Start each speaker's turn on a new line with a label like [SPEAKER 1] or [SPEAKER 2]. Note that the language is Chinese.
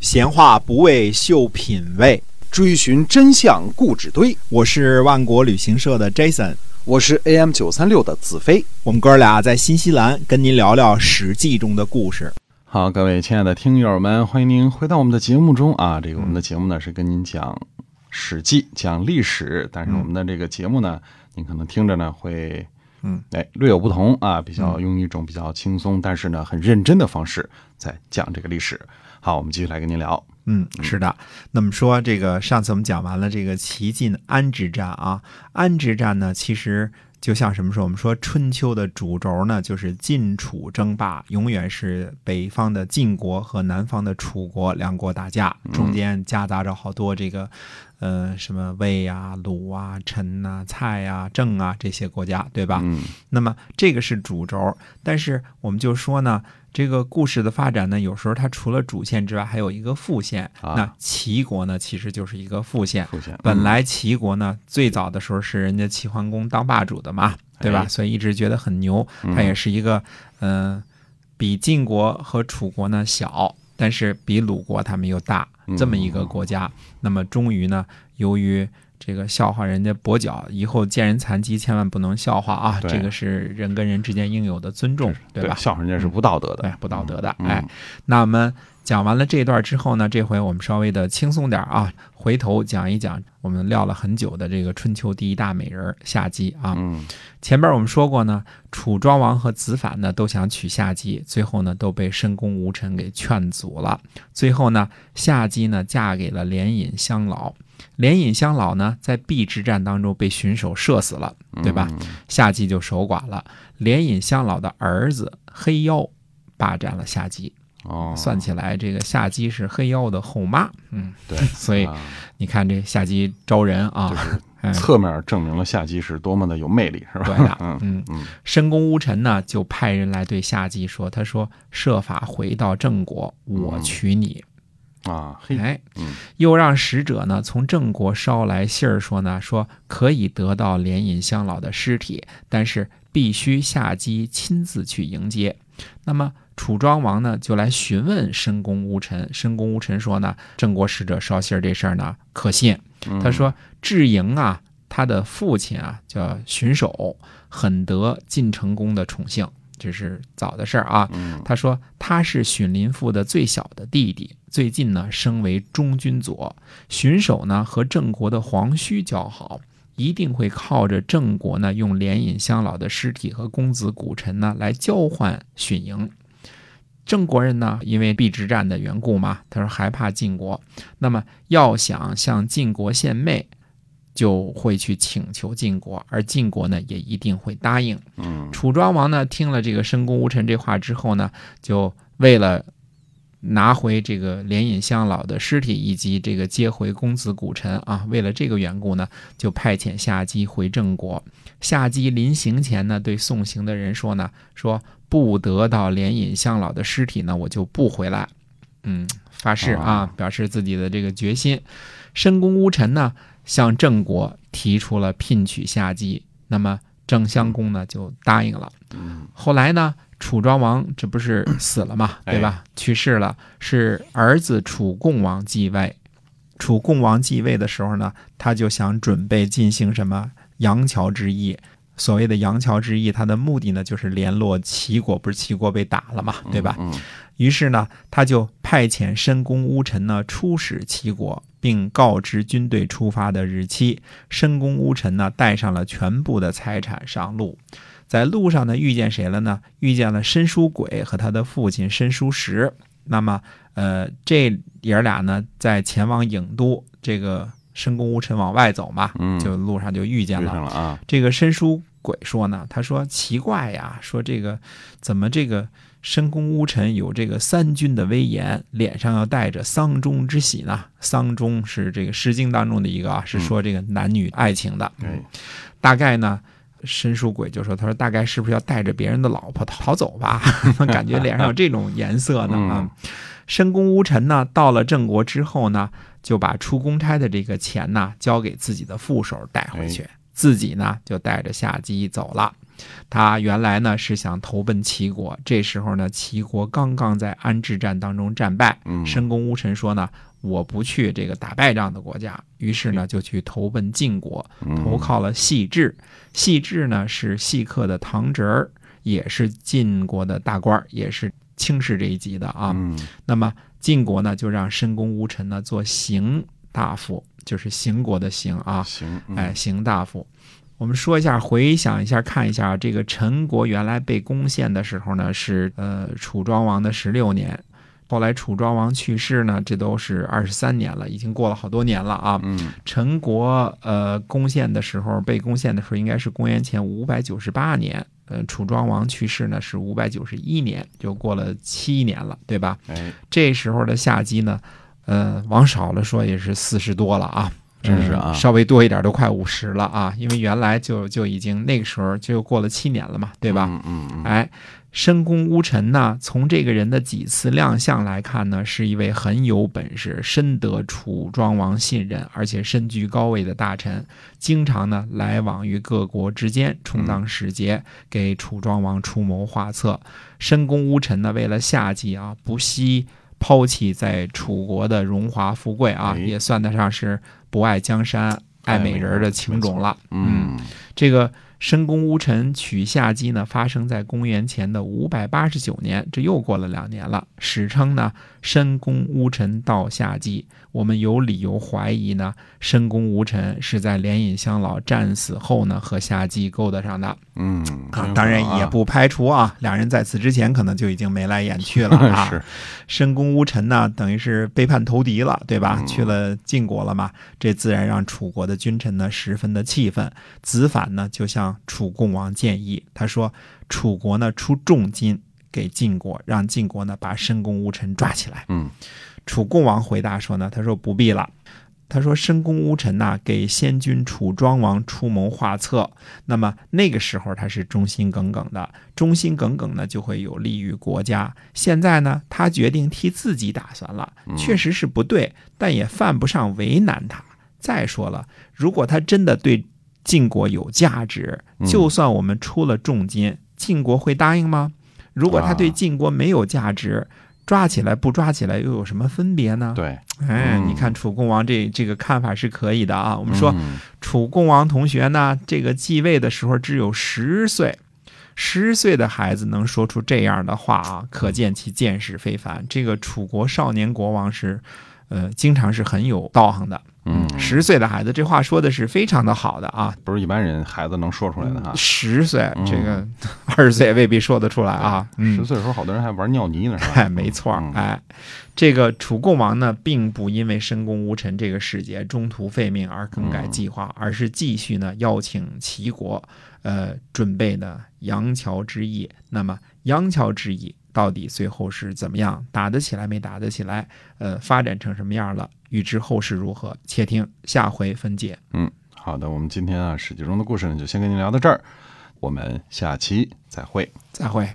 [SPEAKER 1] 闲话不为秀品味，
[SPEAKER 2] 追寻真相故纸堆。
[SPEAKER 1] 我是万国旅行社的 Jason，
[SPEAKER 2] 我是 AM 九三六的子飞。
[SPEAKER 1] 我们哥俩在新西兰跟您聊聊《史记》中的故事。
[SPEAKER 3] 好，各位亲爱的听友们，欢迎您回到我们的节目中啊！这个我
[SPEAKER 1] 嗯
[SPEAKER 3] 们的节目呢是跟您讲《史记》，讲历史，但是我们的这个节目呢，您可能听着呢会，
[SPEAKER 1] 嗯，
[SPEAKER 3] 哎，略有不同啊，比较用一种比较轻松，但是呢很认真的方式在讲这个历史。好，我们继续来跟您聊。
[SPEAKER 1] 嗯，是的。那么说，这个上次我们讲完了这个齐晋安之战啊，安之战呢，其实就像什么说，我们说春秋的主轴呢，就是晋楚争霸，永远是北方的晋国和南方的楚国两国打架，中间夹杂着好多这个。呃，什么魏啊、鲁啊、陈呐、蔡啊、郑啊这些国家，对吧？
[SPEAKER 3] 嗯
[SPEAKER 1] 那么这个是主轴，但是我们就说呢，这个故事的发展呢，有时候它除了主线之外，还有一个副线。
[SPEAKER 3] 啊嗯
[SPEAKER 1] 那齐国呢，其实就是一个副线。
[SPEAKER 3] 出现
[SPEAKER 1] 本来齐国呢，最早的时候是人家齐桓公当霸主的嘛，对吧？
[SPEAKER 3] 哎
[SPEAKER 1] 所以一直觉得很牛。它也是一个，嗯、比晋国和楚国呢小，但是比鲁国他们又大
[SPEAKER 3] 嗯
[SPEAKER 1] 这么一个国家。那么终于呢，由于这个笑话人家跛脚，以后见人残疾千万不能笑话啊！
[SPEAKER 3] 对
[SPEAKER 1] 这个是人跟人之间应有的尊重，对吧？
[SPEAKER 3] 笑话人家是不道德的。
[SPEAKER 1] 哎，不道德的。
[SPEAKER 3] 嗯
[SPEAKER 1] 哎，那我们讲完了这段之后呢，这回我们稍微的轻松点啊，回头讲一讲我们聊了很久的这个春秋第一大美人儿夏姬啊。
[SPEAKER 3] 嗯
[SPEAKER 1] 前边我们说过呢，楚庄王和子反呢都想娶夏姬，最后呢都被申公吴臣给劝阻了。最后呢，夏姬呢嫁给了连尹相老。连尹相老呢，在壁之战当中被荀首射死了，对吧？
[SPEAKER 3] 嗯
[SPEAKER 1] 夏姬就守寡了。连尹相老的儿子黑妖霸占了夏姬，
[SPEAKER 3] 哦，
[SPEAKER 1] 算起来这个夏姬是黑妖的后妈。嗯，
[SPEAKER 3] 对，
[SPEAKER 1] 所以
[SPEAKER 3] 啊
[SPEAKER 1] 你看这夏姬招人啊，哎
[SPEAKER 3] 侧面证明了夏姬是多么的有魅力，是吧？
[SPEAKER 1] 对的，
[SPEAKER 3] 嗯
[SPEAKER 1] 嗯
[SPEAKER 3] 嗯，
[SPEAKER 1] 申公巫臣呢就派人来对夏姬说：“他说设法回到郑国，我娶你。
[SPEAKER 3] 啊，嘿，
[SPEAKER 1] 哎，
[SPEAKER 3] 嗯
[SPEAKER 1] 又让使者呢从郑国捎来信儿说呢，说可以得到连尹相老的尸体，但是必须夏姬亲自去迎接。那么楚庄王呢就来询问申公巫臣，申公巫臣说呢，郑国使者捎信儿这事儿呢可信。
[SPEAKER 3] 嗯
[SPEAKER 1] 他说智莹啊，他的父亲啊叫荀首，很得晋成公的宠幸，这是早的事儿啊。
[SPEAKER 3] 嗯
[SPEAKER 1] 他说他是荀林父的最小的弟弟，最近呢升为中军佐。荀首呢和郑国的黄须交好，一定会靠着郑国呢用连尹相老的尸体和公子谷臣呢来交换荀营。郑国人呢，因为避之战的缘故嘛，他说害怕晋国，那么要想向晋国献媚，就会去请求晋国，而晋国呢也一定会答应。
[SPEAKER 3] 嗯
[SPEAKER 1] 楚庄王呢，听了这个申公巫臣这话之后呢，就为了拿回这个连尹相老的尸体以及这个接回公子谷臣啊，为了这个缘故呢，就派遣夏姬回郑国。夏姬临行前呢，对送行的人说呢，说不得到连尹相老的尸体呢，我就不回来。嗯，发誓啊
[SPEAKER 3] 啊，
[SPEAKER 1] 表示自己的这个决心。申公巫臣呢，向郑国提出了聘娶夏姬，那么郑襄公呢就答应了。
[SPEAKER 3] 嗯
[SPEAKER 1] 后来呢，楚庄王这不是死了嘛，
[SPEAKER 3] 哎
[SPEAKER 1] 对吧？去世了，是儿子楚共王继位。楚共王继位的时候呢，他就想准备进行什么阳桥之役。所谓的阳桥之役，它的目的呢，就是联络齐国，不是齐国被打了嘛，对吧？
[SPEAKER 3] 嗯
[SPEAKER 1] 于是呢，他就派遣申公巫臣呢出使齐国，并告知军队出发的日期。申公巫臣呢带上了全部的财产上路，在路上呢遇见谁了呢？遇见了申叔轨和他的父亲申叔时。那么，呃，这爷儿俩呢在前往郢都，这个申公巫臣往外走嘛，
[SPEAKER 3] 嗯，
[SPEAKER 1] 就路上就遇见
[SPEAKER 3] 遇
[SPEAKER 1] 了。
[SPEAKER 3] 上了啊，
[SPEAKER 1] 这个申叔鬼说呢，他说奇怪呀，说这个怎么这个申公巫臣有这个三军的威严，脸上要带着丧钟之喜呢？丧钟是这个《诗经》当中的一个啊，是说这个男女爱情的。
[SPEAKER 3] 哎，
[SPEAKER 1] 大概呢，申叔鬼就说，他说大概是不是要带着别人的老婆逃走吧？感觉脸上有这种颜色呢啊。申公巫臣呢，到了郑国之后呢，就把出公差的这个钱呢，交给自己的副手带回去，自己呢就带着夏姬走了。他原来呢是想投奔齐国，这时候呢，齐国刚刚在安置战当中战败，
[SPEAKER 3] 嗯
[SPEAKER 1] 申公巫臣说呢，我不去这个打败仗的国家，于是呢就去投奔晋国，
[SPEAKER 3] 嗯
[SPEAKER 1] 投靠了细致。细致呢是细客的堂侄儿，也是晋国的大官儿，也是卿士这一级的啊。
[SPEAKER 3] 嗯
[SPEAKER 1] 那么晋国呢就让申公巫臣呢做邢大夫，就是邢国的邢啊。
[SPEAKER 3] 行，嗯
[SPEAKER 1] 哎，邢大夫。我们说一下，回想一下，看一下这个陈国原来被攻陷的时候呢，是呃楚庄王的十六年，后来楚庄王去世呢，这都是二十三年了，已经过了好多年了啊。
[SPEAKER 3] 嗯
[SPEAKER 1] 陈国呃攻陷的时候，被攻陷的时候应该是公元前五百九十八年，呃楚庄王去世呢是五百九十一年，就过了七年了，对吧？
[SPEAKER 3] 哎，
[SPEAKER 1] 这时候的夏姬呢，呃，往少了说也是四十多了啊，
[SPEAKER 3] 真是啊
[SPEAKER 1] 嗯稍微多一点都快五十了啊，因为原来就就已经那个时候就过了七年了嘛，对吧？
[SPEAKER 3] 嗯嗯嗯，
[SPEAKER 1] 哎，申公巫臣呢，从这个人的几次亮相来看呢，是一位很有本事、深得楚庄王信任，而且身居高位的大臣，经常呢来往于各国之间，充当使节，给楚庄王出谋划策。申公巫臣呢，为了夏姬啊，不惜。抛弃在楚国的荣华富贵啊，
[SPEAKER 3] 哎
[SPEAKER 1] 也算得上是不爱江山爱美人儿的情种了。
[SPEAKER 3] 嗯
[SPEAKER 1] 这个申公巫臣娶夏姬呢，发生在公元前的五百八十九年，这又过了两年了，史称呢申公巫臣盗夏姬。我们有理由怀疑呢，申公巫臣是在连尹相老战死后呢和夏姬勾搭上的
[SPEAKER 3] 嗯，真
[SPEAKER 1] 啊
[SPEAKER 3] 好，
[SPEAKER 1] 当然 也不排除啊，两人在此之前可能就已经眉来眼去了 啊。
[SPEAKER 3] 是，
[SPEAKER 1] 申公巫臣呢，等于是背叛投敌了，对吧？
[SPEAKER 3] 嗯
[SPEAKER 1] 去了晋国了嘛，这自然让楚国的君臣呢十分的气愤。子反呢就向楚共王建议，他说楚国呢出重金给晋国，让晋国呢把申公巫臣抓起来。
[SPEAKER 3] 嗯
[SPEAKER 1] 楚共王回答说呢，他说不必了。他说：“申公巫臣呐、给先君楚庄王出谋划策。那么那个时候他是忠心耿耿的，忠心耿耿呢，就会有利于国家。现在呢，他决定替自己打算了，
[SPEAKER 3] 嗯
[SPEAKER 1] 确实是不对，但也犯不上为难他。再说了，如果他真的对晋国有价值，
[SPEAKER 3] 嗯
[SPEAKER 1] 就算我们出了重金，晋国会答应吗？如果他对
[SPEAKER 3] 啊
[SPEAKER 1] 晋国没有价值，抓起来不抓起来又有什么分别呢？
[SPEAKER 3] 对，
[SPEAKER 1] 哎，
[SPEAKER 3] 嗯
[SPEAKER 1] 你看楚共王这这个看法是可以的啊。我们说
[SPEAKER 3] 嗯
[SPEAKER 1] 楚共王同学呢，这个继位的时候只有十岁，十岁的孩子能说出这样的话啊，可见其见识非凡。这个楚国少年国王是，呃，经常是很有道行的。
[SPEAKER 3] 嗯，
[SPEAKER 1] 十岁的孩子这话说的是非常的好的啊。
[SPEAKER 3] 不是一般人孩子能说出来的哈。
[SPEAKER 1] 嗯
[SPEAKER 3] 嗯
[SPEAKER 1] 十岁，这个 二十岁未必说得出来啊。嗯
[SPEAKER 3] 十，岁的时候，好多人还玩尿泥呢，是吧？
[SPEAKER 1] 哎，没错儿
[SPEAKER 3] 嗯，
[SPEAKER 1] 哎，这个楚共王呢，并不因为申公巫臣这个使节中途废命而更改计划，而是继续呢邀请齐国，呃，准备的阳桥之役。那么阳桥之役到底最后是怎么样？打得起来没打得起来？呃，发展成什么样了？预知后事如何？且听下回分解。
[SPEAKER 3] 嗯，好的，我们今天啊《史记》中的故事呢，就先跟您聊到这儿，我们下期再会。
[SPEAKER 1] 再会。